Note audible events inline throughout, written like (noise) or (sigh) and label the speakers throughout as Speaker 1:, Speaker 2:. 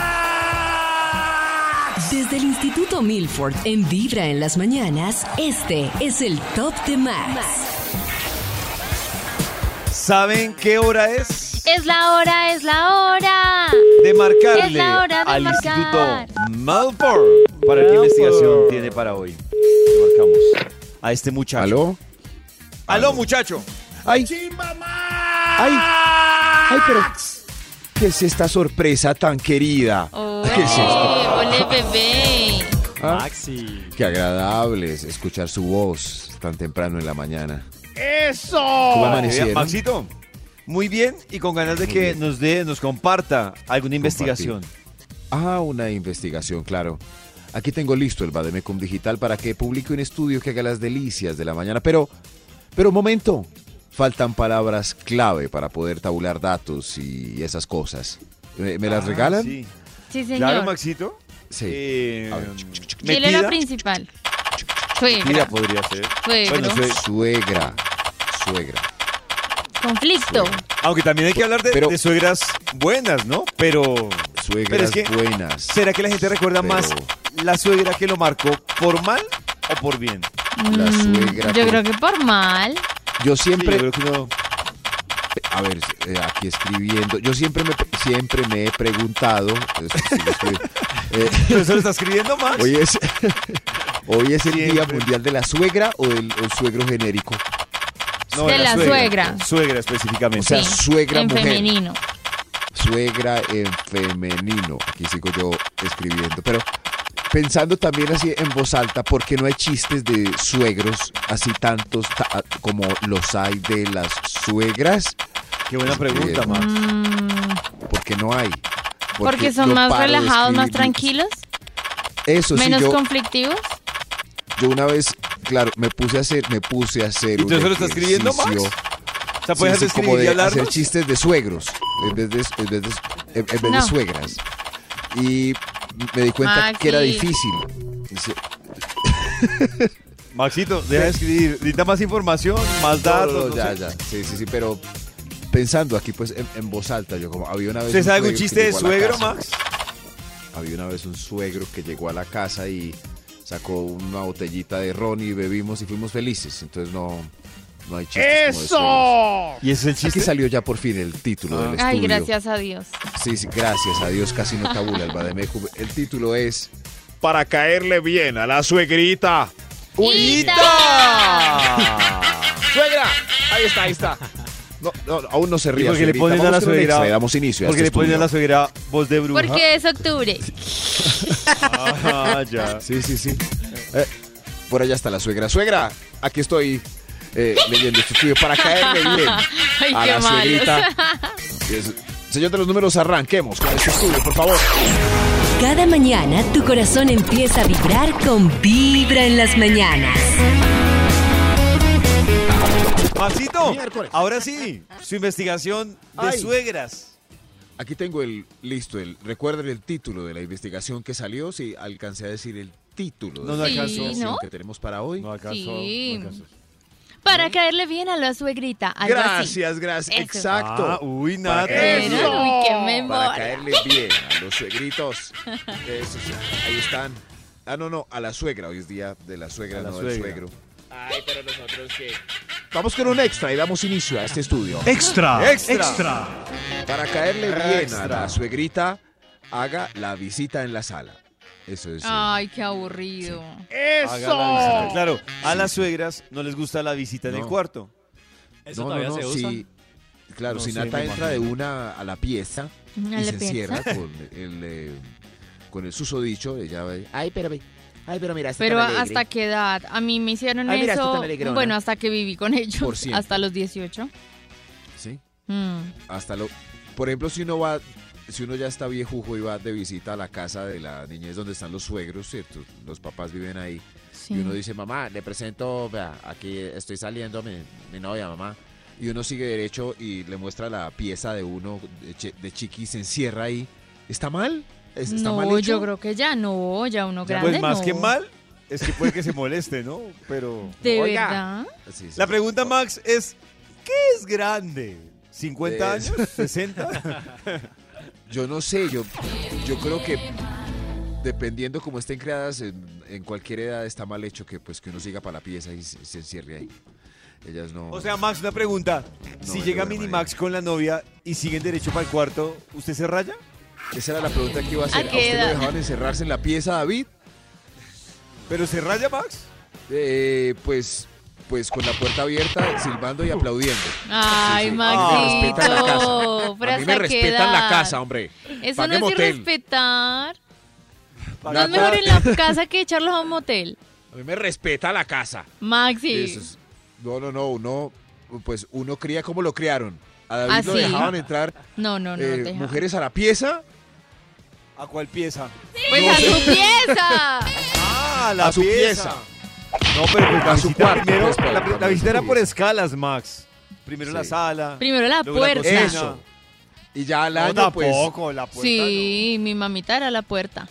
Speaker 1: Desde el Instituto Milford, en Vibra en las mañanas, este es el Top de Max.
Speaker 2: ¿Saben qué hora es?
Speaker 3: Es la hora, es la hora.
Speaker 2: De
Speaker 3: Es
Speaker 2: marcarle
Speaker 3: la hora de
Speaker 2: al
Speaker 3: marcar.
Speaker 2: Instituto Malpor para qué investigación tiene para hoy. Le marcamos a este muchacho.
Speaker 4: ¿Aló?
Speaker 2: ¡Aló, muchacho!
Speaker 4: ¡Ay! ¡Ay! ¡Ay, pero! ¿Qué es esta sorpresa tan querida?
Speaker 3: Oh.
Speaker 4: ¿Qué es esto?
Speaker 3: Ole, bebé.
Speaker 4: Ah, Qué agradable es escuchar su voz tan temprano en la mañana. ¡Eso! ¿Cómo
Speaker 2: Bien,
Speaker 4: amanecieron?
Speaker 2: Maxito, muy bien y con ganas de que nos dé, nos comparta alguna investigación.
Speaker 4: Ah, una investigación, claro. Aquí tengo listo el Bademecum Digital para que publique un estudio que haga las delicias de la mañana. Pero, pero un momento. Faltan palabras clave para poder tabular datos y esas cosas. ¿Me, me las
Speaker 2: Ah,
Speaker 4: regalan?
Speaker 2: sí.
Speaker 3: Sí,
Speaker 2: Claro,
Speaker 3: señor.
Speaker 2: Maxito.
Speaker 4: Sí.
Speaker 2: Eh,
Speaker 4: A ver.
Speaker 3: Dile lo
Speaker 2: metida.
Speaker 3: principal.
Speaker 2: Metida
Speaker 3: Suegra,
Speaker 2: podría ser.
Speaker 3: suegro.
Speaker 2: Bueno, sue-
Speaker 4: Suegra. Suegra.
Speaker 3: Conflicto.
Speaker 2: aunque también hay que hablar de,
Speaker 4: Pero-
Speaker 2: de suegras buenas, ¿no? Pero Pero
Speaker 4: Suegras
Speaker 2: es que-
Speaker 4: buenas.
Speaker 2: ¿Será que la gente recuerda
Speaker 4: Pero-
Speaker 2: más la suegra que lo marcó por mal o por bien?
Speaker 4: La
Speaker 3: Mm,
Speaker 4: suegra
Speaker 3: Yo
Speaker 4: que-
Speaker 3: creo que por mal.
Speaker 4: Yo siempre,
Speaker 2: Sí, yo creo que no.
Speaker 4: a ver, eh, aquí escribiendo, yo siempre me, siempre me he preguntado, eh, sigo escribiendo, eh,
Speaker 2: (laughs) ¿Pero eso lo está escribiendo más?
Speaker 4: hoy es, (laughs) hoy es el Día
Speaker 2: Siempre.
Speaker 4: Mundial de la Suegra o del o el suegro genérico,
Speaker 3: de la suegra.
Speaker 2: Suegra
Speaker 4: o
Speaker 2: específicamente.
Speaker 4: sea, suegra
Speaker 3: en
Speaker 4: mujer,
Speaker 3: femenino.
Speaker 4: suegra en femenino. Aquí sigo yo escribiendo, pero pensando también así en voz alta, porque no hay chistes de suegros así tantos ta- como los hay de las suegras.
Speaker 2: Qué buena pregunta,
Speaker 4: Bien.
Speaker 2: Max.
Speaker 3: Mm,
Speaker 4: porque no hay.
Speaker 3: porque, son
Speaker 4: yo
Speaker 3: más
Speaker 4: paro de
Speaker 3: relajados, más
Speaker 4: escribir.
Speaker 3: tranquilos,
Speaker 4: Eso sí,
Speaker 3: menos
Speaker 4: yo,
Speaker 3: conflictivos.
Speaker 4: yo una vez, claro, me puse a hacer, me puse a hacer.
Speaker 2: ¿Y tú
Speaker 4: un
Speaker 2: eso lo estás escribiendo, Max?
Speaker 4: ejercicio,
Speaker 2: O sea, puedes
Speaker 4: sí, sí,
Speaker 2: escribir
Speaker 4: como
Speaker 2: y
Speaker 4: de
Speaker 2: hablar.
Speaker 4: hacer chistes de suegros en vez de, en vez de- en vez de
Speaker 3: No.
Speaker 4: suegras. Y me di cuenta
Speaker 3: Maxi.
Speaker 4: que era difícil. Sí,
Speaker 2: Maxito, deja de escribir. Necesita más información, más
Speaker 4: no,
Speaker 2: datos.
Speaker 4: no,
Speaker 2: no
Speaker 4: ya,
Speaker 2: sé.
Speaker 4: ya. Sí, sí, sí, pero pensando aquí, pues en, en voz alta, yo como había una vez.
Speaker 2: ¿Usted
Speaker 4: un
Speaker 2: sabe algún
Speaker 4: suegro que
Speaker 2: chiste de
Speaker 4: llegó a la
Speaker 2: suegro,
Speaker 4: casa.
Speaker 2: Max?
Speaker 4: Había una vez un suegro que llegó a la casa y sacó una botellita de ron y bebimos y fuimos felices. Entonces no, no hay chiste. ¡Eso!
Speaker 2: ¿Y ese es el
Speaker 4: Aquí
Speaker 2: chiste?
Speaker 4: salió ya por fin el título del estudio.
Speaker 3: Ay, gracias a Dios.
Speaker 4: Sí, sí, gracias a Dios, casi no cabula el Bademecum. El título es
Speaker 5: para caerle bien a la suegrita. Suegra, ahí está, ahí está.
Speaker 4: No, no, aún no se
Speaker 2: Y
Speaker 4: ríe.
Speaker 2: porque le ponen a la suegra.
Speaker 4: Le damos inicio a
Speaker 2: Porque le
Speaker 4: este
Speaker 2: ponen a la
Speaker 4: estudio.
Speaker 2: suegra voz de bruja.
Speaker 3: Porque es octubre.
Speaker 2: (laughs) Ah, ya.
Speaker 4: Sí, sí, sí. Eh, por allá está la suegra. Suegra, aquí estoy eh, leyendo este estudio para caerle bien
Speaker 3: (laughs) Ay,
Speaker 4: a
Speaker 3: qué
Speaker 4: la suegrita.
Speaker 3: malos.
Speaker 4: Es- Señor de los números, arranquemos con este estudio, por favor.
Speaker 1: Cada mañana tu corazón empieza a vibrar con Vibra en las mañanas.
Speaker 2: Maxito,
Speaker 4: Miércoles.
Speaker 2: ahora sí, su investigación de
Speaker 4: Ay.
Speaker 2: suegras.
Speaker 4: Aquí tengo el listo, el recuerden el título de la investigación que salió, si alcancé a decir el título
Speaker 2: No,
Speaker 4: de
Speaker 2: no
Speaker 4: la
Speaker 2: alcanzó.
Speaker 4: investigación
Speaker 3: ¿no?
Speaker 4: que tenemos para hoy.
Speaker 3: alcanzó, Sí. no alcanzó. Para caerle bien a la suegrita. Algo así.
Speaker 4: gracias, gracias.
Speaker 3: Eso.
Speaker 4: Exacto.
Speaker 2: Ah, uy,
Speaker 4: Para
Speaker 2: nada.
Speaker 4: caerle
Speaker 3: Eso.
Speaker 4: bien.
Speaker 3: Uy, qué
Speaker 4: Para
Speaker 3: memoria. (laughs)
Speaker 4: caerle bien a los suegritos. Eso sí, ahí están. Ah, no, no, a la suegra. Hoy es día de la suegra,
Speaker 2: A la
Speaker 4: no del
Speaker 2: suegra.
Speaker 4: suegro. Ay, pero nosotros qué. Vamos con un extra y damos inicio a este estudio.
Speaker 2: Eh.
Speaker 6: Extra,
Speaker 2: Extra.
Speaker 6: extra.
Speaker 4: Para caerle bien a
Speaker 2: Extra.
Speaker 4: la suegrita, haga la visita en la sala. Eso es. eh,
Speaker 3: Ay, qué aburrido.
Speaker 2: Haga la visita. Claro, a las suegras no les gusta la visita en el
Speaker 4: No.
Speaker 2: cuarto.
Speaker 6: ¿Eso
Speaker 4: no,
Speaker 6: todavía
Speaker 4: no, no,
Speaker 6: se usa?
Speaker 4: si- claro,
Speaker 6: No
Speaker 4: si
Speaker 6: sé,
Speaker 4: Nata
Speaker 6: me
Speaker 4: entra de una a la pieza
Speaker 3: ¿A
Speaker 4: y
Speaker 3: la
Speaker 4: se
Speaker 3: pieza? (laughs)
Speaker 4: encierra con el, eh, con el susodicho, ella va a decir, ay, pero, ve- ay, pero mira, está
Speaker 3: Pero
Speaker 4: tan alegre".
Speaker 3: hasta qué edad? A mí me hicieron
Speaker 4: Ay, mira, tú
Speaker 3: eso.
Speaker 4: tan alegrona.
Speaker 3: Bueno, hasta que viví con
Speaker 4: Por
Speaker 3: ellos.
Speaker 4: siempre.
Speaker 3: Hasta los 18.
Speaker 4: Sí,
Speaker 3: Mm.
Speaker 4: hasta lo... Por ejemplo, si uno va... Si uno ya está viejujo y va de visita a la casa de la niñez donde están los suegros, ¿cierto? Los papás viven ahí. Y uno dice, mamá, le presento, vea, aquí estoy saliendo mi, mi novia, mamá. Y uno sigue derecho y le muestra la pieza de uno de, chi- de chiqui, se encierra ahí. ¿Está mal? ¿Es- ¿Está
Speaker 3: no,
Speaker 4: mal hecho?
Speaker 3: yo creo que ya no, ya uno grande
Speaker 2: Pues más
Speaker 3: no.
Speaker 2: que mal, es que puede que se moleste, ¿no? Pero.
Speaker 3: (laughs) ¿De
Speaker 2: Oiga,
Speaker 3: verdad?
Speaker 4: Sí, sí.
Speaker 2: La pregunta, Max, es: ¿qué es grande? ¿50
Speaker 4: Eh,
Speaker 2: años?
Speaker 4: (laughs)
Speaker 2: ¿60?
Speaker 4: Yo no sé, yo, yo creo que dependiendo cómo estén creadas, en, en cualquier edad está mal hecho que pues que uno siga para la pieza y se, se encierre ahí. Ellas no.
Speaker 2: O sea, Max, una pregunta. si
Speaker 4: yo
Speaker 2: llega
Speaker 4: de
Speaker 2: Minimax con la novia y siguen derecho para el cuarto, ¿usted se raya?
Speaker 4: Esa era la pregunta que iba a hacer.
Speaker 3: ¿A
Speaker 4: ¿A,
Speaker 3: qué
Speaker 4: usted lo
Speaker 3: edad?
Speaker 4: dejaban encerrarse en la pieza, David?
Speaker 2: ¿Pero se raya, Max?
Speaker 4: Eh, pues, pues con la puerta abierta, silbando y aplaudiendo.
Speaker 3: Ay,
Speaker 4: Sí, Ah, sí.
Speaker 3: Maxito.
Speaker 4: A mí me respetan la casa.
Speaker 3: pero
Speaker 4: a mí me
Speaker 3: hasta qué
Speaker 4: respetan la
Speaker 3: edad.
Speaker 4: casa, hombre.
Speaker 3: Eso no
Speaker 4: Pagué
Speaker 3: es
Speaker 4: motel.
Speaker 3: irrespetar. No
Speaker 2: Paga
Speaker 3: es mejor
Speaker 2: todo.
Speaker 3: en la casa que echarlos a un motel.
Speaker 4: A mí me respeta la casa.
Speaker 3: Maxi.
Speaker 4: Eso es- no, no, no, uno, pues uno cría como lo criaron. A David lo
Speaker 3: Así.
Speaker 4: dejaban entrar
Speaker 3: No, no, no.
Speaker 4: eh,
Speaker 3: deja.
Speaker 4: mujeres a la pieza,
Speaker 2: ¿A cuál pieza?
Speaker 3: Pues a su
Speaker 4: (laughs)
Speaker 3: pieza.
Speaker 2: Ah, la
Speaker 4: A su
Speaker 2: pieza.
Speaker 4: pieza.
Speaker 2: No, pero pues la
Speaker 4: A su
Speaker 2: visita
Speaker 4: cuarto,
Speaker 2: primero,
Speaker 4: pues, para-
Speaker 2: la, pri-
Speaker 4: para
Speaker 2: la visita era
Speaker 4: su
Speaker 2: por
Speaker 4: pieza.
Speaker 2: escalas, Max. Primero
Speaker 4: Sí.
Speaker 2: la sala.
Speaker 3: Primero la
Speaker 2: Luego la
Speaker 3: puerta.
Speaker 2: cocina.
Speaker 4: Eso. y ya al
Speaker 2: No,
Speaker 4: año, pues.
Speaker 2: tampoco, la puerta
Speaker 3: Sí, mi mamita era la puerta.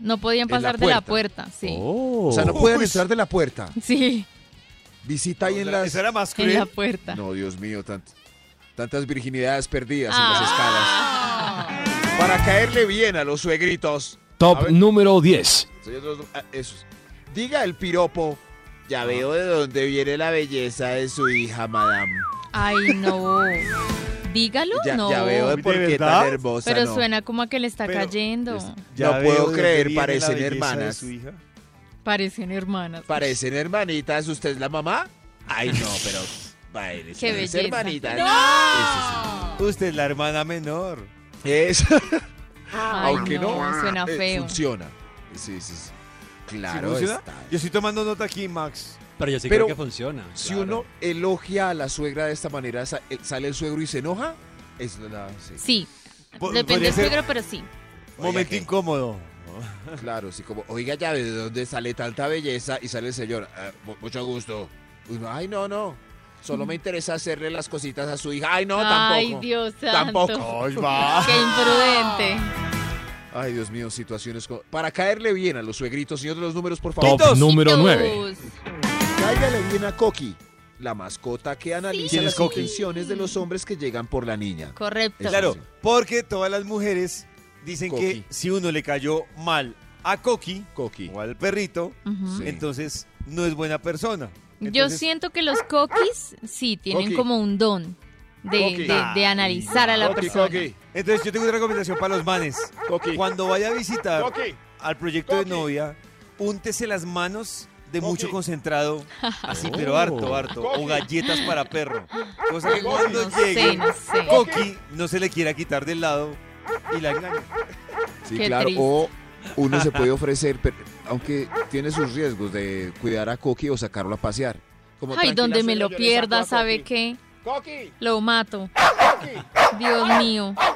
Speaker 3: No podían
Speaker 4: Es la Oh.
Speaker 3: pasar de la puerta, sí.
Speaker 6: Oh.
Speaker 4: O sea, no
Speaker 2: Uy.
Speaker 4: pueden entrar de la puerta.
Speaker 3: Sí,
Speaker 4: Visita ahí
Speaker 2: no.
Speaker 4: en
Speaker 2: La-
Speaker 4: las.
Speaker 2: Esa era más
Speaker 3: en la
Speaker 2: cruel.
Speaker 3: puerta.
Speaker 4: No, Dios mío, tant- tantas virginidades perdidas en las escalas.
Speaker 3: Ah.
Speaker 4: Para caerle bien a los suegritos. A
Speaker 6: Top
Speaker 4: ver.
Speaker 6: número 10.
Speaker 4: Soy otro- ah, esos. Diga el piropo. Ya veo de dónde viene la belleza de su hija, madame.
Speaker 3: Ay, no. Dígalo,
Speaker 4: Ya,
Speaker 3: no.
Speaker 4: ya veo de
Speaker 2: ¿De
Speaker 4: por qué
Speaker 2: verdad?
Speaker 4: tan hermosa.
Speaker 3: Pero
Speaker 4: no.
Speaker 3: suena como a que le está
Speaker 2: Pero-
Speaker 3: cayendo.
Speaker 2: Ya
Speaker 4: No
Speaker 2: veo
Speaker 4: puedo
Speaker 2: de dónde
Speaker 4: creer,
Speaker 2: viene la
Speaker 4: parecen
Speaker 2: belleza de
Speaker 4: hermanas.
Speaker 2: su hija.
Speaker 3: Parecen hermanas.
Speaker 4: Parecen hermanitas, ¿usted es la mamá? Ay, no, pero. parecen
Speaker 3: Qué belleza.
Speaker 4: hermanitas.
Speaker 2: Usted es la hermana menor.
Speaker 4: Eso sí. Es-
Speaker 3: Ay,
Speaker 4: aunque
Speaker 3: no,
Speaker 4: no,
Speaker 3: suena
Speaker 4: eh,
Speaker 3: feo.
Speaker 4: funciona. Sí, sí, sí.
Speaker 2: ¿Sí
Speaker 4: Claro
Speaker 2: funciona?
Speaker 4: está.
Speaker 2: Yo estoy tomando nota aquí, Max.
Speaker 7: Pero yo sí
Speaker 4: Pero
Speaker 7: creo que funciona.
Speaker 4: Si
Speaker 7: claro.
Speaker 4: uno elogia a la suegra de esta manera, sa- eh, sale el suegro y se enoja. Es la. sí.
Speaker 3: Sí.
Speaker 2: Po-
Speaker 3: Depende
Speaker 2: podría
Speaker 3: del
Speaker 2: ser-
Speaker 3: suegro, pero sí.
Speaker 2: Momento
Speaker 4: ¿qué?
Speaker 2: incómodo.
Speaker 4: Claro, sí, como, oiga, ya, ¿de dónde sale tanta belleza? Y sale el señor, "Ah, mu- mucho gusto. Uno, Ay, no, no. Solo me interesa hacerle las cositas a su hija. Ay, no, tampoco.
Speaker 3: Ay, Dios santo.
Speaker 4: Tampoco.
Speaker 2: Ay, va.
Speaker 3: (laughs) Qué imprudente.
Speaker 4: Ay, Dios mío, situaciones. co- Para caerle bien a los suegritos, señor de los números, por favor.
Speaker 6: Top número 9.
Speaker 3: Tus-
Speaker 4: Cáigale bien a Coqui, la mascota que analiza
Speaker 2: ¿Quién es
Speaker 4: las
Speaker 2: Coqui?
Speaker 4: intenciones de los hombres que llegan por la niña.
Speaker 3: Correcto.
Speaker 4: Claro.
Speaker 2: Claro, porque todas las mujeres dicen
Speaker 4: Coqui.
Speaker 2: que si uno le cayó mal a Coqui
Speaker 4: Coqui.
Speaker 2: o al perrito,
Speaker 3: Ujú.
Speaker 4: Sí.
Speaker 2: entonces no es buena persona.
Speaker 3: Yo
Speaker 2: Entonces,
Speaker 3: siento que los coquis sí tienen
Speaker 4: Coqui.
Speaker 3: como un don de,
Speaker 4: Coqui.
Speaker 3: de- de analizar a la
Speaker 4: Coqui,
Speaker 3: persona.
Speaker 4: Coqui,
Speaker 2: Entonces yo tengo una recomendación para los manes.
Speaker 4: Coqui.
Speaker 2: Cuando vaya a visitar
Speaker 5: Coqui.
Speaker 2: al proyecto de novia, úntese las manos de mucho concentrado, así
Speaker 7: Oh.
Speaker 2: pero harto, harto, o galletas para perro. Cosa que cuando
Speaker 3: No sé,
Speaker 2: llegue,
Speaker 3: no sé.
Speaker 2: Coqui no se le quiera quitar del lado y la engañe.
Speaker 4: Sí,
Speaker 3: Qué
Speaker 4: claro.
Speaker 3: triste.
Speaker 4: O uno se puede ofrecer, pero- aunque tiene sus riesgos de cuidar a Coqui o sacarlo a pasear. Como
Speaker 3: Ay,
Speaker 4: tranquila,
Speaker 3: donde me
Speaker 5: señora,
Speaker 3: lo
Speaker 5: yo le
Speaker 3: pierda,
Speaker 5: saco a
Speaker 3: ¿sabe
Speaker 5: Coqui.
Speaker 3: qué?
Speaker 5: Coqui.
Speaker 3: Lo mato.
Speaker 5: Coqui.
Speaker 3: Dios mío.
Speaker 5: ¡Ay,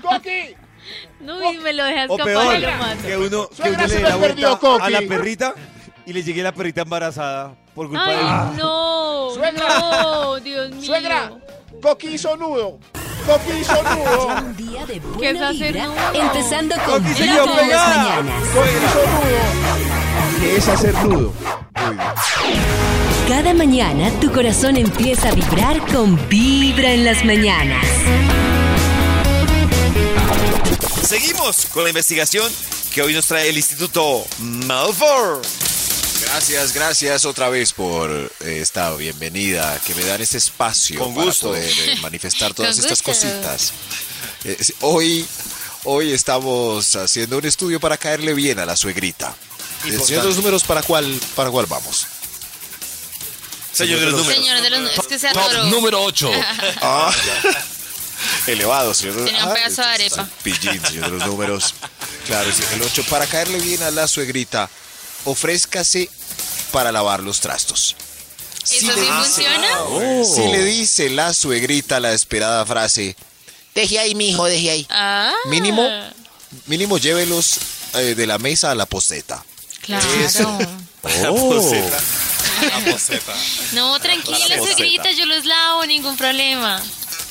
Speaker 5: Coqui! ¡Coqui!
Speaker 3: No, y me lo deja
Speaker 2: O
Speaker 3: escapar
Speaker 2: peor,
Speaker 3: y lo mato.
Speaker 2: que uno, que
Speaker 5: Suegra,
Speaker 2: uno
Speaker 5: se
Speaker 2: le dé
Speaker 5: nos
Speaker 2: la
Speaker 5: perdió
Speaker 2: vuelta
Speaker 5: Coqui.
Speaker 2: a la perrita y le llegue la perrita embarazada por culpa de
Speaker 3: Ay, no.
Speaker 5: Suegra.
Speaker 3: No, Dios mío.
Speaker 5: ¡Suegra! ¡Coqui hizo nudo! ¡Coqui
Speaker 3: (laughs)
Speaker 5: hizo nudo!
Speaker 1: Un día de buena
Speaker 3: hacer
Speaker 1: vibra,
Speaker 3: uno?
Speaker 1: empezando con
Speaker 2: Coqui se quedó
Speaker 1: Vibra en las
Speaker 2: pegada.
Speaker 1: mañanas.
Speaker 2: Coqui hizo nudo.
Speaker 4: ¿Qué es hacer nudo? Muy bien.
Speaker 1: Cada mañana tu corazón empieza a vibrar con Vibra en las mañanas.
Speaker 8: Seguimos con la investigación que hoy nos trae el Instituto Malfour.
Speaker 4: Gracias, gracias otra vez por eh, esta bienvenida que me dan este espacio
Speaker 8: Con gusto.
Speaker 4: para poder eh, manifestar todas
Speaker 3: Con
Speaker 4: estas
Speaker 3: gusto.
Speaker 4: cositas. Eh, sí, hoy, hoy estamos haciendo un estudio para caerle bien a la suegrita. Eh, Señor de los números, ¿para cuál, para cuál vamos?
Speaker 8: Señor de los números.
Speaker 9: Señor de los... Es que se
Speaker 6: Top
Speaker 9: atoró.
Speaker 6: número 8.
Speaker 4: Ah, elevado, señor. de los-
Speaker 9: Tenía un
Speaker 4: ah,
Speaker 9: pedazo de arepa.
Speaker 4: Pillín, señor de los números. (laughs) Claro, sí, el 8. Para caerle bien a la suegrita, ofrézcase para lavar los trastos. Si
Speaker 9: ¿Eso
Speaker 4: le
Speaker 9: sí
Speaker 4: dice- Oh.
Speaker 9: funciona?
Speaker 4: Si le dice la suegrita la esperada frase, deje ahí, mijo, deje ahí.
Speaker 9: Ah.
Speaker 4: Mínimo, mínimo llévelos eh, de la mesa a la poseta.
Speaker 3: Claro.
Speaker 4: Eso.
Speaker 2: Oh.
Speaker 4: La poseta.
Speaker 2: (laughs)
Speaker 4: La poseta.
Speaker 3: No, tranquila,
Speaker 4: La poseta.
Speaker 3: suegrita, yo los lavo, ningún problema.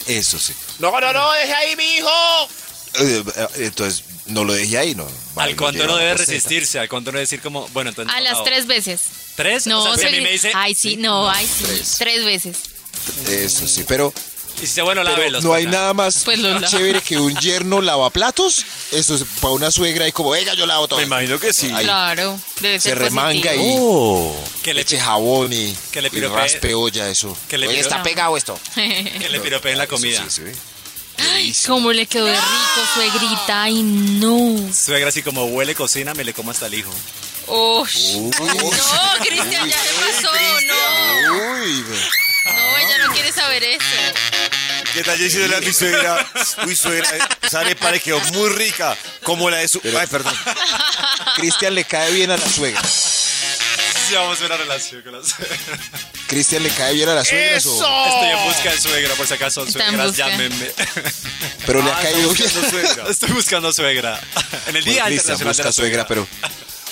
Speaker 4: Eso sí.
Speaker 5: No, no, no, deje ahí, mi hijo.
Speaker 4: Eh, eh, Entonces, no lo dejé ahí, no. Vale,
Speaker 2: Al cuánto
Speaker 4: lleva
Speaker 2: no
Speaker 4: la
Speaker 2: debe
Speaker 4: poseta.
Speaker 2: resistirse, al cuánto no decir como, bueno, entonces...
Speaker 3: A
Speaker 2: no,
Speaker 3: las
Speaker 2: no.
Speaker 3: tres veces.
Speaker 2: ¿Tres?
Speaker 3: No,
Speaker 2: o sea, si a mí
Speaker 3: suegrita-
Speaker 2: me dice,
Speaker 3: Ay, sí, no, ay, sí.
Speaker 4: tres.
Speaker 3: Tres veces.
Speaker 4: Eso sí, pero
Speaker 2: y si dice, bueno, la
Speaker 4: Pero no hay nada más
Speaker 3: (laughs) Pues los lava.
Speaker 4: chévere que un yerno lavaplatos. Eso es para una suegra y como, venga, yo lavo todo.
Speaker 2: Me imagino que sí.
Speaker 4: Ahí
Speaker 3: Claro, debe
Speaker 4: se
Speaker 3: ser
Speaker 4: remanga
Speaker 3: positivo.
Speaker 4: y
Speaker 2: Que le
Speaker 4: eche jabón y,
Speaker 2: que le
Speaker 4: y
Speaker 2: piropee.
Speaker 4: raspe olla eso.
Speaker 2: Que le
Speaker 4: Oye,
Speaker 2: piro-
Speaker 4: está pegado esto.
Speaker 2: Que le piropeen la
Speaker 4: Eso
Speaker 2: comida.
Speaker 4: sí, sí, ve.
Speaker 3: Ay, cómo le quedó de rico, suegrita. Ay, no.
Speaker 2: Suegra así como huele cocina, me le como hasta el hijo.
Speaker 3: Ush.
Speaker 4: Uy.
Speaker 3: Oh, No, Cristian, ya se pasó, no.
Speaker 4: Uy, ve.
Speaker 3: No, ella no quiere saber eso.
Speaker 4: ¿Qué tal diciéndole a mi suegra? Uy, suegra, esa arepa le quedó muy rica. Como la de su. Ay, perdón. Cristian le cae bien a la suegra.
Speaker 2: Sí, vamos a ver la relación con la suegra.
Speaker 4: Cristian le cae bien a la suegra.
Speaker 5: Eso.
Speaker 2: Estoy en busca de suegra, por si acaso,
Speaker 3: Está en
Speaker 2: suegras,
Speaker 3: busca.
Speaker 2: llámenme.
Speaker 4: Pero le ha caído bien.
Speaker 2: Estoy buscando suegra. En el
Speaker 4: Bueno,
Speaker 2: Día
Speaker 4: Cristian
Speaker 2: Internacional de
Speaker 4: busca
Speaker 2: la
Speaker 4: suegra, pero.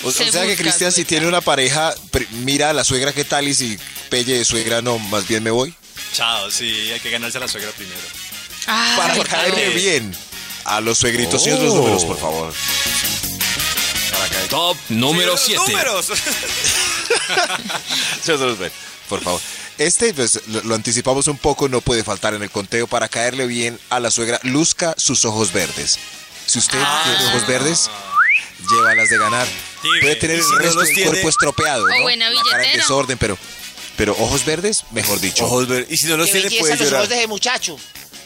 Speaker 4: O, o
Speaker 3: Se
Speaker 4: sea que
Speaker 3: busca
Speaker 4: Cristian, si
Speaker 3: suegra.
Speaker 4: tiene una pareja, pre- mira a la suegra qué tal y si pelle de suegra, no, más bien me voy.
Speaker 2: Chao, sí, hay que ganarse a la suegra primero.
Speaker 3: Ay,
Speaker 4: Para
Speaker 3: por favor.
Speaker 4: caerle bien. A los suegritos y
Speaker 2: Oh.
Speaker 4: otros números, por favor. Para caer.
Speaker 6: Top número 7.
Speaker 4: Sí, otros números, Por favor. Este, pues, lo, lo anticipamos un poco, no puede faltar en el conteo. Para caerle bien a la suegra, luzca sus ojos verdes. Si usted
Speaker 3: Ah.
Speaker 4: tiene ojos verdes, llévalas de ganar.
Speaker 2: Sí,
Speaker 4: Puede
Speaker 2: ve.
Speaker 4: tener
Speaker 2: Y
Speaker 4: el
Speaker 2: si no
Speaker 4: resto
Speaker 2: los
Speaker 4: del
Speaker 2: tiene-
Speaker 4: cuerpo estropeado,
Speaker 3: O
Speaker 4: ¿no?
Speaker 3: buena
Speaker 4: La cara en
Speaker 3: billetera.
Speaker 4: desorden, pero, pero ojos verdes, mejor dicho.
Speaker 2: Y si no los
Speaker 5: Qué belleza los ojos de ese muchacho.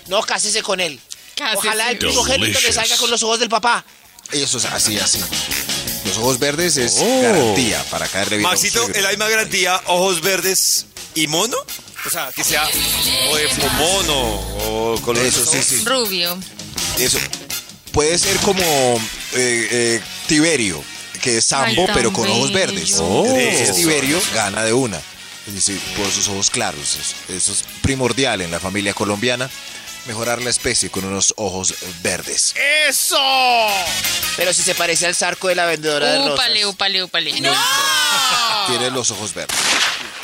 Speaker 5: No, cásese con él.
Speaker 3: Cásese.
Speaker 5: Ojalá el primogénito le
Speaker 6: Delicious.
Speaker 5: salga con los ojos del papá.
Speaker 4: Eso es así, así. Los ojos verdes es garantía para caerle bien. a un
Speaker 10: Maxito,
Speaker 4: suegro.
Speaker 10: el alma garantía, ojos verdes y mono. O sea, que sea o de o mono o color.
Speaker 4: Eso, sí, sí.
Speaker 3: Rubio.
Speaker 4: Eso. Puede ser como eh, eh, Tiberio, que es
Speaker 3: Ay,
Speaker 4: Sambo,
Speaker 3: tan
Speaker 4: pero con ojos
Speaker 3: bello.
Speaker 4: verdes.
Speaker 3: Oh.
Speaker 4: Entonces Tiberio gana de una. Es decir, por sus ojos claros. Eso- Eso es primordial en la familia colombiana. Mejorar la especie con unos ojos verdes.
Speaker 5: ¡Eso! Pero si se parece al zarco de la vendedora de rosas.
Speaker 3: Úpale, úpale, úpale. No.
Speaker 4: Tiene los ojos verdes.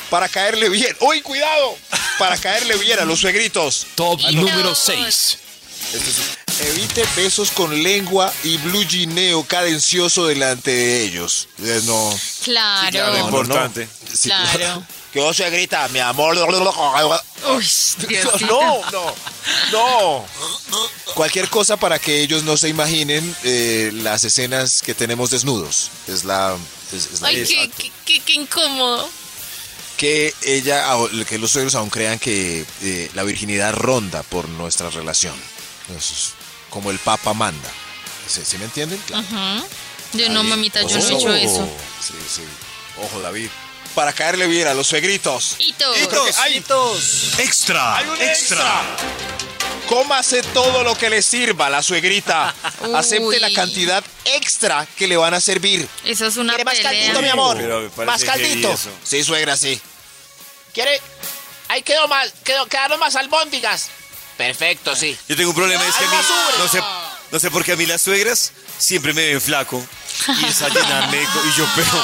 Speaker 4: Para caerle bien. ¡Uy, cuidado! Para caerle bien a los suegritos.
Speaker 6: Top
Speaker 3: Y
Speaker 6: número
Speaker 3: dos.
Speaker 6: 6.
Speaker 4: Esto es- Evite besos con lengua y blue jeaneo cadencioso delante de ellos. Eh, No.
Speaker 3: Claro.
Speaker 4: importante.
Speaker 3: Claro.
Speaker 5: Que vos suegrita, mi amor.
Speaker 3: Uy, Diosito.
Speaker 5: No, no, no.
Speaker 4: Cualquier cosa para que ellos no se imaginen eh, las escenas que tenemos desnudos. Es la. es- es la-
Speaker 3: Ay, qué,
Speaker 4: Exacto.
Speaker 3: qué, qué, qué incómodo.
Speaker 4: Que ella, au- que los suegros aún crean que eh, la virginidad ronda por nuestra relación. Eso es como el Papa manda. ¿Sí, sí me entienden? Claro.
Speaker 3: Yo no,
Speaker 4: Ahí.
Speaker 3: mamita, yo no he
Speaker 4: Ojo.
Speaker 3: hecho eso.
Speaker 4: Sí, sí. Ojo, David. Para caerle bien a los suegritos.
Speaker 3: Y todo.
Speaker 5: Hay un extra.
Speaker 4: Cómase todo lo que le sirva a
Speaker 3: (laughs)
Speaker 4: la suegrita.
Speaker 3: Uy.
Speaker 4: Acepte la cantidad extra que le van a servir.
Speaker 3: Eso es una
Speaker 5: ¿Quiere más
Speaker 3: pelea.
Speaker 5: caldito, mi amor?
Speaker 10: Pero me parece
Speaker 5: Más caldito.
Speaker 10: heavy eso.
Speaker 4: Sí, suegra, sí.
Speaker 5: ¿Quiere? Ahí quedó más, quedó, quedaron más albóndigas. Perfecto, sí.
Speaker 10: Yo tengo un problema, es que a mí,
Speaker 5: Basura.
Speaker 10: no sé, no sé por qué a mí las suegras siempre me ven flaco. Y es a llenarme, co- y yo, pero,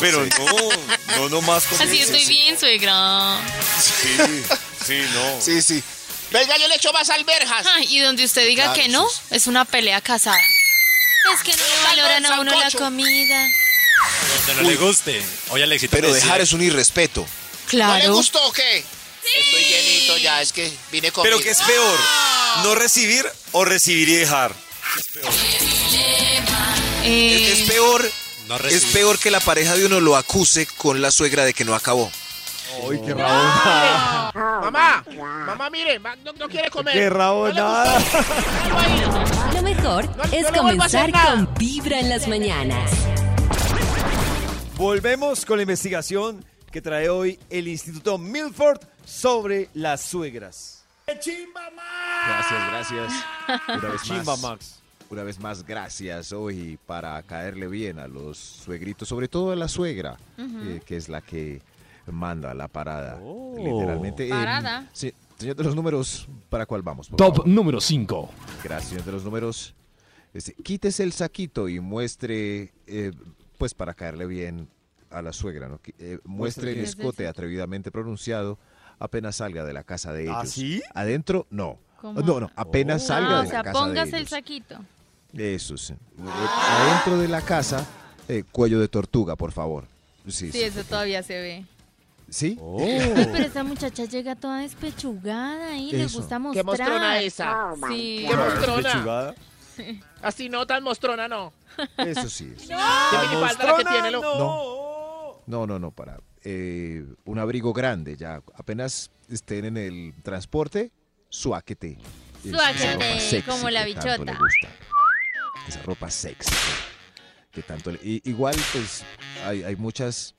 Speaker 10: pero no, no, no más con
Speaker 3: Así
Speaker 10: eso.
Speaker 3: estoy bien, suegra.
Speaker 10: Sí, sí, no.
Speaker 4: Sí, sí.
Speaker 5: Venga, yo le echo más alberjas.
Speaker 3: (laughs) Ay, y donde usted diga
Speaker 4: Claro,
Speaker 3: que no,
Speaker 4: eso
Speaker 3: es una pelea casada. Es que no le valoran a uno la
Speaker 5: sancocho.
Speaker 3: comida.
Speaker 2: Donde no le guste. Oye, Alexito.
Speaker 4: Pero
Speaker 2: me
Speaker 4: dejar
Speaker 2: decía-
Speaker 4: es un irrespeto.
Speaker 5: ¿No le
Speaker 3: Claro.
Speaker 5: gustó o qué? Estoy llenito ya, es que vine con.
Speaker 10: Pero que es peor, no recibir o recibir y dejar.
Speaker 4: Es,
Speaker 3: Eh,
Speaker 4: que es peor.
Speaker 2: No
Speaker 4: es
Speaker 2: recibir.
Speaker 4: peor que la pareja de uno lo acuse con la suegra de que no acabó.
Speaker 11: Uy, qué rabonada.
Speaker 5: Mamá, mamá, mire, ma- no, no quiere comer.
Speaker 11: Qué rabonada.
Speaker 1: Lo mejor
Speaker 5: No,
Speaker 1: es
Speaker 5: no le vuelvo a hacer
Speaker 1: comenzar
Speaker 5: nada.
Speaker 1: con Vibra en las mañanas.
Speaker 11: Volvemos con la investigación que trae hoy el Instituto Milford sobre las suegras.
Speaker 12: Gracias, gracias. Una
Speaker 9: (laughs)
Speaker 12: vez
Speaker 11: Chimba,
Speaker 12: más.
Speaker 11: Max.
Speaker 12: Una vez más, gracias hoy para caerle bien a los suegritos, sobre todo a la suegra, eh, que es la que manda la parada.
Speaker 2: Oh.
Speaker 12: Literalmente. eh,
Speaker 3: Parada.
Speaker 12: sí, señor de los números, ¿para cuál vamos? por
Speaker 6: Top
Speaker 12: favor?
Speaker 6: número 5.
Speaker 12: Gracias, señor de los números. Este, quítese el saquito y muestre, eh, pues para caerle bien
Speaker 4: a la suegra, ¿no? Que, eh, muestre el escote atrevidamente pronunciado apenas salga de la casa de ellos.
Speaker 2: ¿Ah, sí?
Speaker 4: Adentro, no.
Speaker 3: ¿Cómo?
Speaker 4: No, no, apenas salga
Speaker 3: Ah, o
Speaker 4: de la
Speaker 3: sea,
Speaker 4: casa
Speaker 3: póngase
Speaker 4: de
Speaker 3: el
Speaker 4: ellos.
Speaker 3: saquito.
Speaker 4: Eso sí. Adentro de la casa, eh, cuello de tortuga, por favor. Sí,
Speaker 3: Sí,
Speaker 4: sí.
Speaker 3: eso todavía se ve.
Speaker 4: ¿Sí?
Speaker 3: Uy, pero esa muchacha llega toda despechugada y le
Speaker 4: Eso.
Speaker 3: gusta
Speaker 5: Qué
Speaker 3: mostrar.
Speaker 5: mostrona esa.
Speaker 3: Sí.
Speaker 5: Qué mostrona.
Speaker 2: Pechugada.
Speaker 5: Así no tan mostrona, no.
Speaker 4: Eso sí. eso sí.
Speaker 5: Qué minifalda la que tiene. lo-
Speaker 4: No. No, no, no, para. eh, un abrigo grande, ya. Apenas estén en el transporte, suáquete. Esa
Speaker 3: Suáquete,
Speaker 4: ropa sexy
Speaker 3: como la
Speaker 4: que tanto
Speaker 3: bichota.
Speaker 4: le gusta. Esa ropa sexy. Que tanto le- y- igual, pues, hay, hay muchas.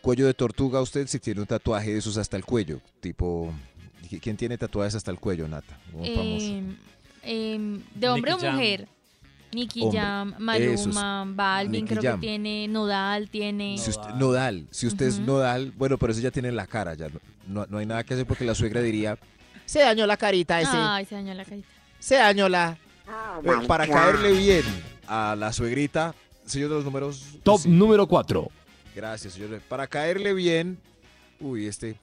Speaker 4: Cuello de tortuga, usted si tiene un tatuaje de esos hasta el cuello. Tipo. ¿Quién tiene tatuajes hasta el cuello, Nata? Un famoso.
Speaker 3: Eh, eh, ¿De hombre
Speaker 2: Nicky
Speaker 3: o
Speaker 2: Jam.
Speaker 3: mujer? Nicky
Speaker 4: Hombre.
Speaker 3: Jam,
Speaker 4: Eso es.
Speaker 3: Maluma, Balvin,
Speaker 4: Nicky
Speaker 3: creo
Speaker 4: Jam.
Speaker 3: que tiene, Nodal tiene.
Speaker 4: Si usted- nodal. Si usted es
Speaker 3: Ujú.
Speaker 4: nodal, bueno, pero eso ya tiene en la cara, ya no, no- no hay nada que hacer porque la suegra diría,
Speaker 5: Se dañó la carita ese.
Speaker 3: Ay, se dañó la carita.
Speaker 5: Se dañó la.
Speaker 4: "Eh, para caerle bien a la suegrita, señor de los números.
Speaker 6: Top
Speaker 4: sí,
Speaker 6: número 4.
Speaker 4: gracias, señor. Para caerle bien, uy, este,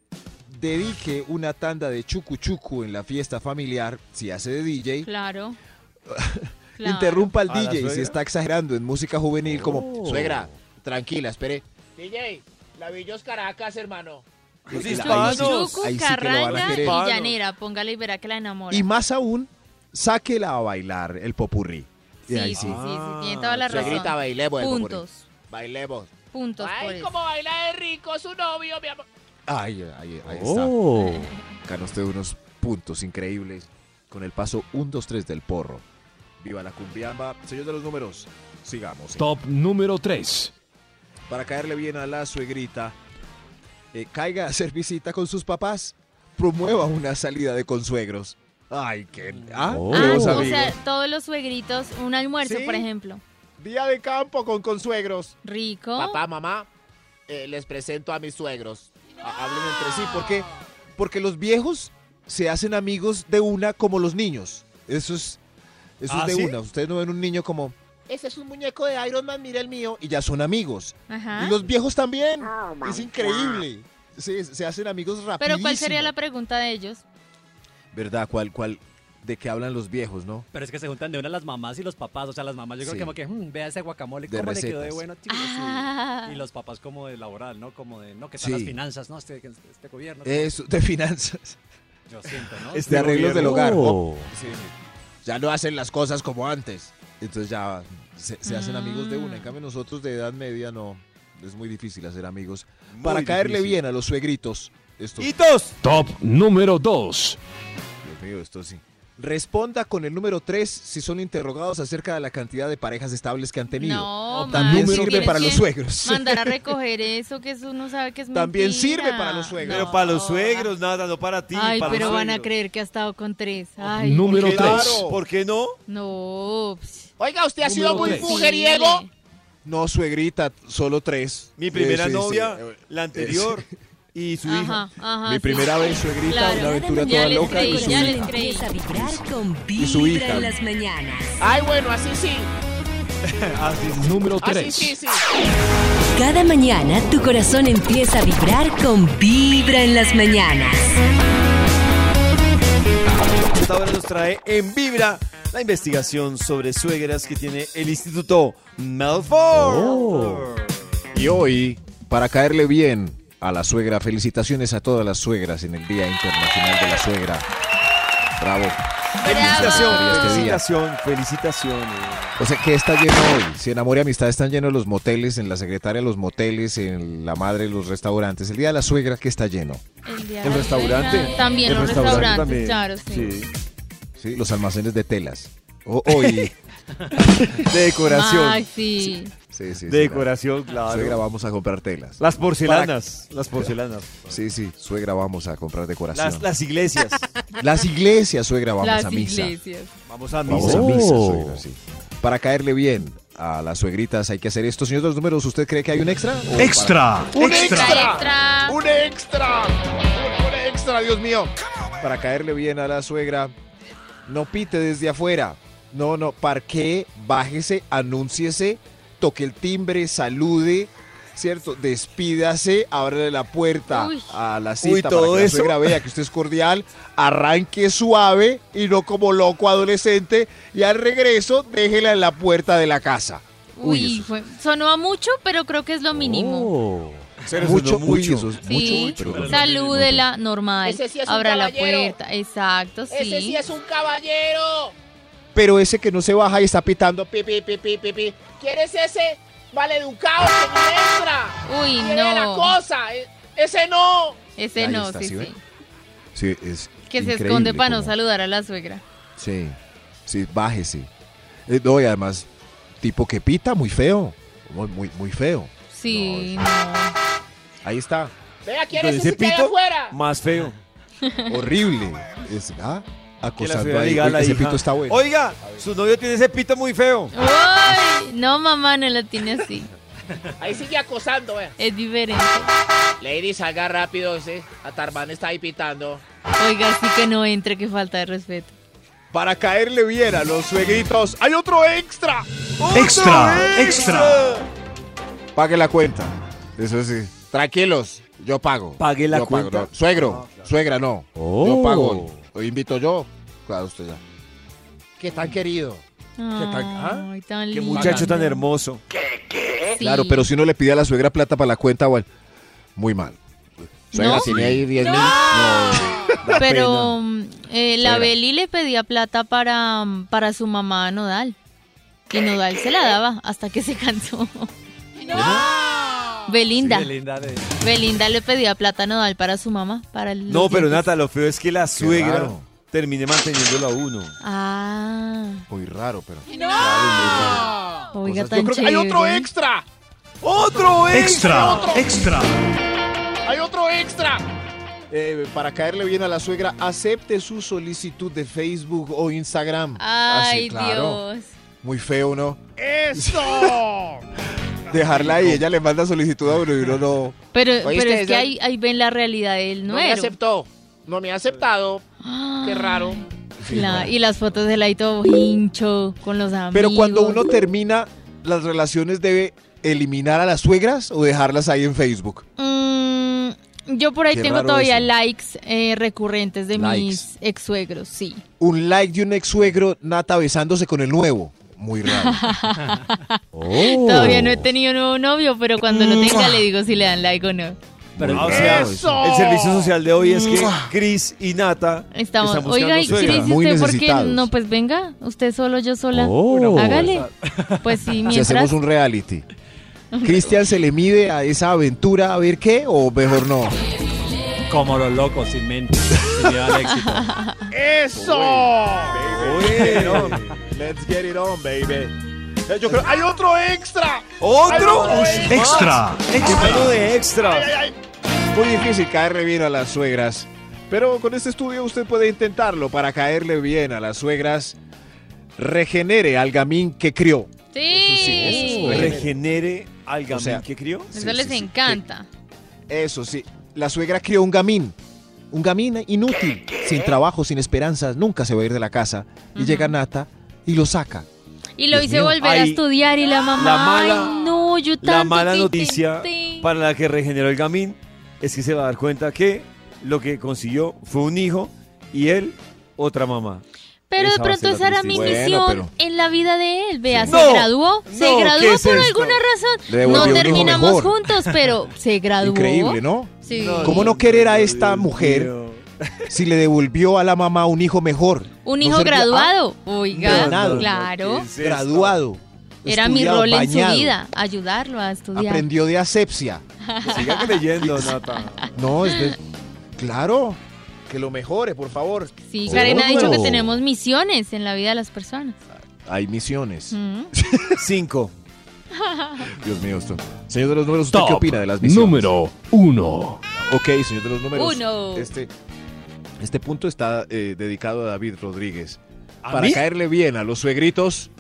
Speaker 4: dedique una tanda de chucu chucu en la fiesta familiar, si hace de DJ.
Speaker 3: Claro. Claro.
Speaker 4: (laughs) Interrumpa al
Speaker 2: ¿A la
Speaker 4: DJ si
Speaker 2: suegra?
Speaker 4: está exagerando en música juvenil como,
Speaker 2: Oh.
Speaker 4: suegra, tranquila, espere.
Speaker 5: DJ, la Villos Caracas, hermano.
Speaker 2: Pues
Speaker 4: Ahí sí-
Speaker 2: hispanos.
Speaker 3: Yucu,
Speaker 4: ahí sí que lo van a
Speaker 3: carranga y
Speaker 4: querer.
Speaker 2: Hispano.
Speaker 3: llanera. Póngale y verá que la enamora.
Speaker 4: Y más aún, sáquela a bailar el popurrí. Y
Speaker 3: Sí,
Speaker 4: ahí
Speaker 3: sí, sí, sí, tiene toda la razón.
Speaker 5: Ah, Suegrita,
Speaker 4: bailemos el popurrí.
Speaker 3: puntos,
Speaker 4: Bailemos.
Speaker 3: puntos por
Speaker 5: Ay,
Speaker 3: eso.
Speaker 5: cómo baila de rico su novio, mi amor.
Speaker 4: Ay, ahí, ahí
Speaker 2: Oh.
Speaker 4: está. Ganó usted unos puntos increíbles con el paso 1, 2, 3 del porro. Viva la cumbiamba. Señor de los números, sigamos.
Speaker 6: Top número 3.
Speaker 4: Para caerle bien a la suegrita, eh, caiga a hacer visita con sus papás. Promueva una salida de consuegros. Ay, qué... Ah,
Speaker 2: Oh.
Speaker 3: Ah,
Speaker 4: nuevos
Speaker 3: o
Speaker 4: amigos.
Speaker 3: sea, todos los suegritos, un almuerzo,
Speaker 4: Sí.
Speaker 3: por ejemplo.
Speaker 4: Día de campo con consuegros.
Speaker 3: Rico.
Speaker 5: Papá, mamá, eh, les presento a mis suegros.
Speaker 4: Ha- hablen entre sí. ¿Por qué? Porque los viejos se hacen amigos de una como los niños. Eso es, eso
Speaker 2: ¿Ah,
Speaker 4: es de
Speaker 2: sí?
Speaker 4: una. Ustedes no ven un niño como,
Speaker 5: Ese es un muñeco de Iron Man, mira el mío.
Speaker 4: y ya son amigos.
Speaker 3: Ajá. Oh,
Speaker 4: Y los viejos también. es increíble. Sí, se hacen amigos rapidísimo.
Speaker 3: Pero ¿cuál sería la pregunta de ellos?
Speaker 4: ¿Verdad? ¿Cuál, cuál, ¿De qué hablan los viejos, no?
Speaker 13: Pero es que se juntan de una las mamás y los papás. O sea, las mamás yo
Speaker 4: Sí.
Speaker 13: creo que como que, "Mm, vea ese guacamole,
Speaker 4: De
Speaker 13: cómo le quedó de
Speaker 4: recetas.
Speaker 13: bueno. tío". Sí.
Speaker 3: Ah.
Speaker 13: Y
Speaker 3: (laughs)
Speaker 13: los papás como de laboral, ¿no? Como de, no, que
Speaker 4: Sí.
Speaker 13: están las finanzas, ¿no? Este, este gobierno.
Speaker 4: Eso, de finanzas.
Speaker 13: Yo siento, ¿no?
Speaker 4: de arreglos del hogar.
Speaker 2: Oh.
Speaker 4: Ya no hacen las cosas como antes. Entonces ya se, se hacen amigos de una. En cambio nosotros de edad media no. Es muy difícil hacer amigos.
Speaker 9: Muy
Speaker 4: Para caerle
Speaker 9: difícil.
Speaker 4: bien a los suegritos. Esto
Speaker 2: ¡Hitos!
Speaker 6: Top número 2.
Speaker 4: Dios mío, esto sí. Responda con el número 3 si son interrogados acerca de la cantidad de parejas estables que han tenido.
Speaker 3: No,
Speaker 4: O También
Speaker 3: Max,
Speaker 4: sirve
Speaker 3: tienes
Speaker 4: para
Speaker 3: que
Speaker 4: los suegros. (laughs)
Speaker 3: Mandar a recoger eso que eso uno sabe que es
Speaker 4: También
Speaker 3: mentira.
Speaker 4: sirve para los suegros.
Speaker 9: Pero
Speaker 3: No.
Speaker 9: para los suegros, nada, no para ti.
Speaker 3: Ay,
Speaker 9: para los
Speaker 3: pero van a
Speaker 9: suegros.
Speaker 3: creer que ha estado con tres.
Speaker 4: Ah,
Speaker 3: Ay,
Speaker 6: número 3.
Speaker 9: Claro. ¿Por qué no?
Speaker 3: no. pss,
Speaker 5: Oiga, usted ha sido muy
Speaker 6: tres.
Speaker 5: mujeriego.
Speaker 3: posible.
Speaker 4: No, suegrita, solo tres.
Speaker 9: Mi primera
Speaker 4: Eso, sí, Eh,
Speaker 9: novia,
Speaker 4: sí.
Speaker 9: la anterior y su hija.
Speaker 3: Ajá, ajá.
Speaker 4: Mi
Speaker 3: sí.
Speaker 4: primera vez, suegrita,
Speaker 3: Claro.
Speaker 4: una aventura
Speaker 3: Ya
Speaker 4: toda
Speaker 3: les
Speaker 4: loca
Speaker 3: creí,
Speaker 4: y su
Speaker 3: ya
Speaker 4: hija.
Speaker 3: les creí.
Speaker 1: Empieza a vibrar con
Speaker 4: Y su
Speaker 1: vibra
Speaker 4: hija.
Speaker 1: en las mañanas.
Speaker 5: Ay, bueno, así sí.
Speaker 6: Número
Speaker 5: Así
Speaker 6: 3.
Speaker 5: sí, sí.
Speaker 1: Cada mañana tu corazón empieza a vibrar con vibra en las mañanas.
Speaker 9: Esta hora nos trae en Vibra la investigación sobre suegras que tiene el Instituto Melford.
Speaker 13: Oh.
Speaker 4: Y hoy, para caerle bien a la suegra, felicitaciones a todas las suegras en el Día Internacional de la Suegra. Bravo.
Speaker 9: Felicitación,
Speaker 4: Este día.
Speaker 9: felicitación, felicitaciones.
Speaker 4: O sea, ¿qué está lleno hoy? Si en Amor y Amistad están llenos los moteles, en la secretaria los moteles, en la madre los restaurantes. El día de la suegra, ¿qué está lleno?
Speaker 3: El, día
Speaker 4: El
Speaker 3: de la
Speaker 4: restaurante.
Speaker 3: suegra. También
Speaker 4: El
Speaker 3: los
Speaker 4: restaurante
Speaker 3: restaurantes, claro, sí.
Speaker 4: ¿Sí? Los almacenes de telas. O- (laughs) hoy.
Speaker 9: De decoración.
Speaker 3: Ay, sí.
Speaker 4: Sí, sí, sí,
Speaker 9: de decoración,
Speaker 4: la-
Speaker 9: claro.
Speaker 4: Suegra, vamos a comprar telas.
Speaker 9: Las porcelanas. Las porcelanas.
Speaker 4: Sí, sí, suegra, vamos a comprar decoración.
Speaker 9: Las, las iglesias.
Speaker 4: Las, iglesias, suegra, vamos
Speaker 3: Las
Speaker 4: a misa.
Speaker 3: iglesias.
Speaker 9: Vamos a
Speaker 4: Vamos
Speaker 9: misa.
Speaker 4: a
Speaker 2: Oh.
Speaker 4: misa, suegra, sí. Para caerle bien a las suegritas hay que hacer esto. Señor de los números, ¿usted cree que hay un extra? ¿O
Speaker 6: Extra.
Speaker 3: Extra, extra.
Speaker 4: ¡Un extra! ¡Un extra, Dios mío! Para caerle bien a la suegra, no pite desde afuera. No, no, parque, bájese, anúnciese, toque el timbre, salude,
Speaker 13: ¿cierto? Despídase, ábrele la puerta
Speaker 3: Uy.
Speaker 13: a la
Speaker 9: Uy,
Speaker 13: cita para
Speaker 9: ¿todo
Speaker 13: que la
Speaker 9: eso?
Speaker 13: suegra vea que usted es cordial, arranque suave y no como loco adolescente y al regreso déjela en la puerta de la casa.
Speaker 3: Uy,
Speaker 13: eso es-
Speaker 3: fue- sonó a mucho, pero creo que es lo mínimo.
Speaker 13: mucho,
Speaker 2: sonó
Speaker 13: mucho.
Speaker 2: mucho.
Speaker 13: eso es
Speaker 3: sí,
Speaker 13: mucho, pero no.
Speaker 3: salúdela normal.
Speaker 5: Ese sí es un
Speaker 3: Abra la
Speaker 5: caballero.
Speaker 3: puerta. Exacto, sí.
Speaker 5: Ese sí es un caballero.
Speaker 13: Pero ese que no se baja y está pitando pi, pi, pi, pi, pi, pi,
Speaker 5: ¿Quién es ese maleducado que no entra?
Speaker 3: Uy,
Speaker 5: ¿Quién es la
Speaker 3: no.
Speaker 5: cosa? E- Ese no.
Speaker 3: Ese
Speaker 13: Ahí
Speaker 3: no,
Speaker 13: está,
Speaker 3: sí,
Speaker 13: ¿sí
Speaker 3: sí.
Speaker 13: ven? Sí, es
Speaker 3: Que se
Speaker 13: increíble
Speaker 3: esconde para no
Speaker 13: cómo-
Speaker 3: saludar a la suegra.
Speaker 13: Sí, sí, bájese. Eh, No, y además, tipo que pita, muy feo. Muy, muy, muy feo.
Speaker 3: Sí,
Speaker 13: No,
Speaker 3: no.
Speaker 13: Ahí está.
Speaker 5: Vea, ¿quién
Speaker 2: Entonces,
Speaker 5: es ese
Speaker 2: ese
Speaker 5: que hay
Speaker 2: pito-
Speaker 5: afuera?
Speaker 2: Más feo.
Speaker 13: Horrible. Es, ah,
Speaker 2: Que la
Speaker 13: acosando
Speaker 2: suegra
Speaker 13: ahí.
Speaker 2: diga a
Speaker 13: Oiga,
Speaker 2: la
Speaker 13: ese
Speaker 2: hija,
Speaker 13: pito está bueno.
Speaker 2: Oiga, su novio tiene ese pito muy feo.
Speaker 3: Uy, no, mamá, no la tiene así.
Speaker 5: Ahí sigue acosando, vea.
Speaker 3: Es diferente.
Speaker 5: Lady, salga rápido ese. Atarman está ahí pitando.
Speaker 3: Oiga, sí que no entre, que falta de respeto.
Speaker 13: Para caerle bien a los suegritos, ¡hay otro extra!
Speaker 6: Extra, extra.
Speaker 13: Pague la cuenta. Eso sí. Tranquilos, yo pago.
Speaker 2: Pague la
Speaker 13: Yo pago,
Speaker 2: cuenta.
Speaker 13: no. Suegro, suegra, no. Yo
Speaker 2: Oh.
Speaker 13: pago. Lo invito yo. Claro, usted ya. ¿Qué tan querido? tal? ¿Ah?
Speaker 3: Ay, tan
Speaker 2: Qué
Speaker 3: lindo.
Speaker 2: muchacho tan hermoso.
Speaker 3: Sí.
Speaker 13: Claro, pero si uno le pide a la suegra plata para la cuenta, bueno, muy mal. Suegra,
Speaker 3: ¿No?
Speaker 13: tiene ahí 10 mil.
Speaker 3: Pero mm, eh, la
Speaker 13: Suegra.
Speaker 3: Beli le pedía plata para, mm, para su mamá a Nodal. Y Nodal se la daba hasta que se cansó. Belinda.
Speaker 14: Sí, linda de-
Speaker 3: Belinda le pedía plata a Nodal para su mamá. Para los
Speaker 9: No, pero
Speaker 3: dientes.
Speaker 9: Nata, lo feo es que la suegra
Speaker 13: raro.
Speaker 9: termine manteniéndolo a uno.
Speaker 3: Ah,
Speaker 13: Muy raro, pero.
Speaker 3: oiga,
Speaker 13: Cosas-
Speaker 3: tan
Speaker 13: Yo creo
Speaker 3: chévere.
Speaker 13: que hay otro extra.
Speaker 2: ¡Otro
Speaker 6: Extra, extra.
Speaker 13: Hay otro extra. para caerle bien a la suegra, acepte su solicitud de Facebook o Instagram.
Speaker 3: Ay,
Speaker 13: Así, Ah, claro.
Speaker 3: Dios.
Speaker 13: Muy feo, ¿no? (laughs)
Speaker 5: ¡Eso!
Speaker 13: Dejarla ahí, ella le manda solicitud a uno y uno no.
Speaker 3: Pero,
Speaker 5: Oíste,
Speaker 3: pero es que
Speaker 5: esa-
Speaker 3: ahí, ahí ven la realidad del
Speaker 5: No me
Speaker 3: nuero.
Speaker 5: aceptó. No me ha aceptado.
Speaker 3: Ah,
Speaker 5: Qué raro.
Speaker 3: la- y las fotos del ahí todo hincho con los amigos.
Speaker 13: Pero cuando uno termina las relaciones, debe eliminar a las suegras o dejarlas ahí en Facebook.
Speaker 3: Mm, yo por ahí
Speaker 13: Qué
Speaker 3: tengo
Speaker 13: raro
Speaker 3: todavía
Speaker 13: eso.
Speaker 3: likes eh, recurrentes de
Speaker 13: Likes.
Speaker 3: mis ex suegros, sí.
Speaker 13: Un like de un ex suegro, Nata besándose con el nuevo. Muy raro. Oh.
Speaker 3: Todavía no he tenido nuevo novio, pero cuando lo
Speaker 13: Mm.
Speaker 3: tenga le digo si le dan like o no.
Speaker 2: Ah, o sea,
Speaker 5: ¡Eso!
Speaker 2: el servicio social de hoy es que Chris y Nata
Speaker 3: Estamos,
Speaker 2: están buscando
Speaker 3: oiga, ¿y
Speaker 2: suegra.
Speaker 3: Cris, ¿y
Speaker 13: Muy
Speaker 3: usted por qué
Speaker 13: necesitados.
Speaker 3: no? Pues venga, usted solo, yo sola.
Speaker 2: Oh.
Speaker 3: Hágale. Pues sí,
Speaker 13: Si
Speaker 3: mientras.
Speaker 13: hacemos un reality. Cristian se le mide a esa aventura a ver qué o mejor no.
Speaker 14: Como los locos, sin mente. Sin miedo al éxito.
Speaker 5: ¡Eso!
Speaker 13: Let's get it on, baby. Yo creo, hay otro extra.
Speaker 2: ¡Otro!
Speaker 5: Ay,
Speaker 2: Ush,
Speaker 5: ay,
Speaker 6: Extra,
Speaker 2: más.
Speaker 6: extra.
Speaker 2: ¡Algo de extra!
Speaker 13: Muy difícil caerle bien a las suegras, pero con este estudio usted puede intentarlo para caerle bien a las suegras. Regenere al gamín que crió.
Speaker 3: Sí.
Speaker 13: eso
Speaker 3: Eso,
Speaker 13: es-
Speaker 2: Regenere al gamín
Speaker 13: O sea,
Speaker 2: que crió.
Speaker 13: Sí,
Speaker 3: les
Speaker 13: sí, sí.
Speaker 3: encanta.
Speaker 13: Eso sí, la suegra crió un gamín. Un gamín inútil, sin trabajo, sin esperanzas, nunca se va a ir de la casa. Y llega Nata y lo saca.
Speaker 3: Y lo
Speaker 13: Dios
Speaker 3: hice
Speaker 13: mío.
Speaker 3: volver a
Speaker 2: Ay,
Speaker 3: estudiar y la mamá.
Speaker 2: la mala-
Speaker 3: ay, no, yo tanto
Speaker 2: La mala
Speaker 3: que
Speaker 2: noticia
Speaker 3: intenté".
Speaker 2: para la que regeneró el gamín es que se va a dar cuenta que lo que consiguió fue un hijo y él otra mamá.
Speaker 3: Pero de
Speaker 2: Esa va a
Speaker 3: pronto
Speaker 2: ser la
Speaker 3: esa era mi
Speaker 2: tristeza.
Speaker 13: Bueno,
Speaker 3: misión
Speaker 13: pero-
Speaker 3: en la vida de él. Vea,
Speaker 2: Sí.
Speaker 3: se
Speaker 2: No,
Speaker 3: graduó, se
Speaker 2: no,
Speaker 3: graduó
Speaker 2: ¿qué es
Speaker 3: por
Speaker 2: esto?
Speaker 3: alguna
Speaker 13: Le
Speaker 3: razón.
Speaker 13: devolvió
Speaker 3: No
Speaker 13: un hijo
Speaker 3: terminamos
Speaker 13: mejor.
Speaker 3: juntos, pero se graduó.
Speaker 13: Increíble, ¿no?
Speaker 3: Sí.
Speaker 13: ¿Cómo no querer a esta
Speaker 2: Dios
Speaker 13: mujer
Speaker 2: mío.
Speaker 13: si le devolvió a la mamá un hijo mejor?
Speaker 3: Un
Speaker 13: No
Speaker 3: hijo
Speaker 13: servía-
Speaker 3: graduado. Oiga,
Speaker 13: Nada.
Speaker 3: claro.
Speaker 2: ¿Qué es esto?
Speaker 13: graduado.
Speaker 3: Era mi
Speaker 13: estudiado,
Speaker 3: rol en su
Speaker 13: bañado,
Speaker 3: vida, ayudarlo a estudiar.
Speaker 13: Aprendió
Speaker 3: (laughs)
Speaker 13: de asepsia.
Speaker 2: Siga creyendo, Nata.
Speaker 13: No, es de... Claro. Que lo mejore, por favor.
Speaker 3: Sí, Karen ha dicho que
Speaker 13: Oh.
Speaker 3: tenemos misiones en la vida de las personas.
Speaker 13: Hay misiones.
Speaker 3: Mm.
Speaker 2: Cinco.
Speaker 13: Dios mío, esto. Señor de los números, ¿usted
Speaker 6: Top
Speaker 13: qué opina de las misiones?
Speaker 6: número uno.
Speaker 13: Ok, señor de los números.
Speaker 3: Uno.
Speaker 13: Este, este punto está eh, dedicado a David Rodríguez.
Speaker 2: ¿A
Speaker 13: Para
Speaker 2: mí?
Speaker 13: caerle bien a los suegritos,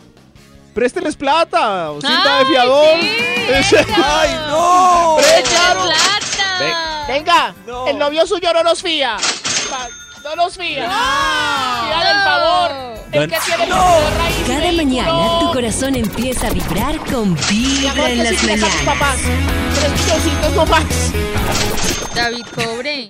Speaker 13: préstenles plata o cinta de
Speaker 3: ¡Ay,
Speaker 13: fiador.
Speaker 3: sí!
Speaker 13: Ese-
Speaker 2: ¡Ay, no!
Speaker 3: ¡Plata!
Speaker 5: Venga, el novio suyo no nos fía. Pa- No nos fían. Pidan el favor. El que tiene el raíz
Speaker 1: Cada mañana tu corazón empieza a vibrar con vibra en las
Speaker 5: Tres
Speaker 1: mañanas.
Speaker 5: papás. Tres pisitos nomás.
Speaker 3: David Cobre.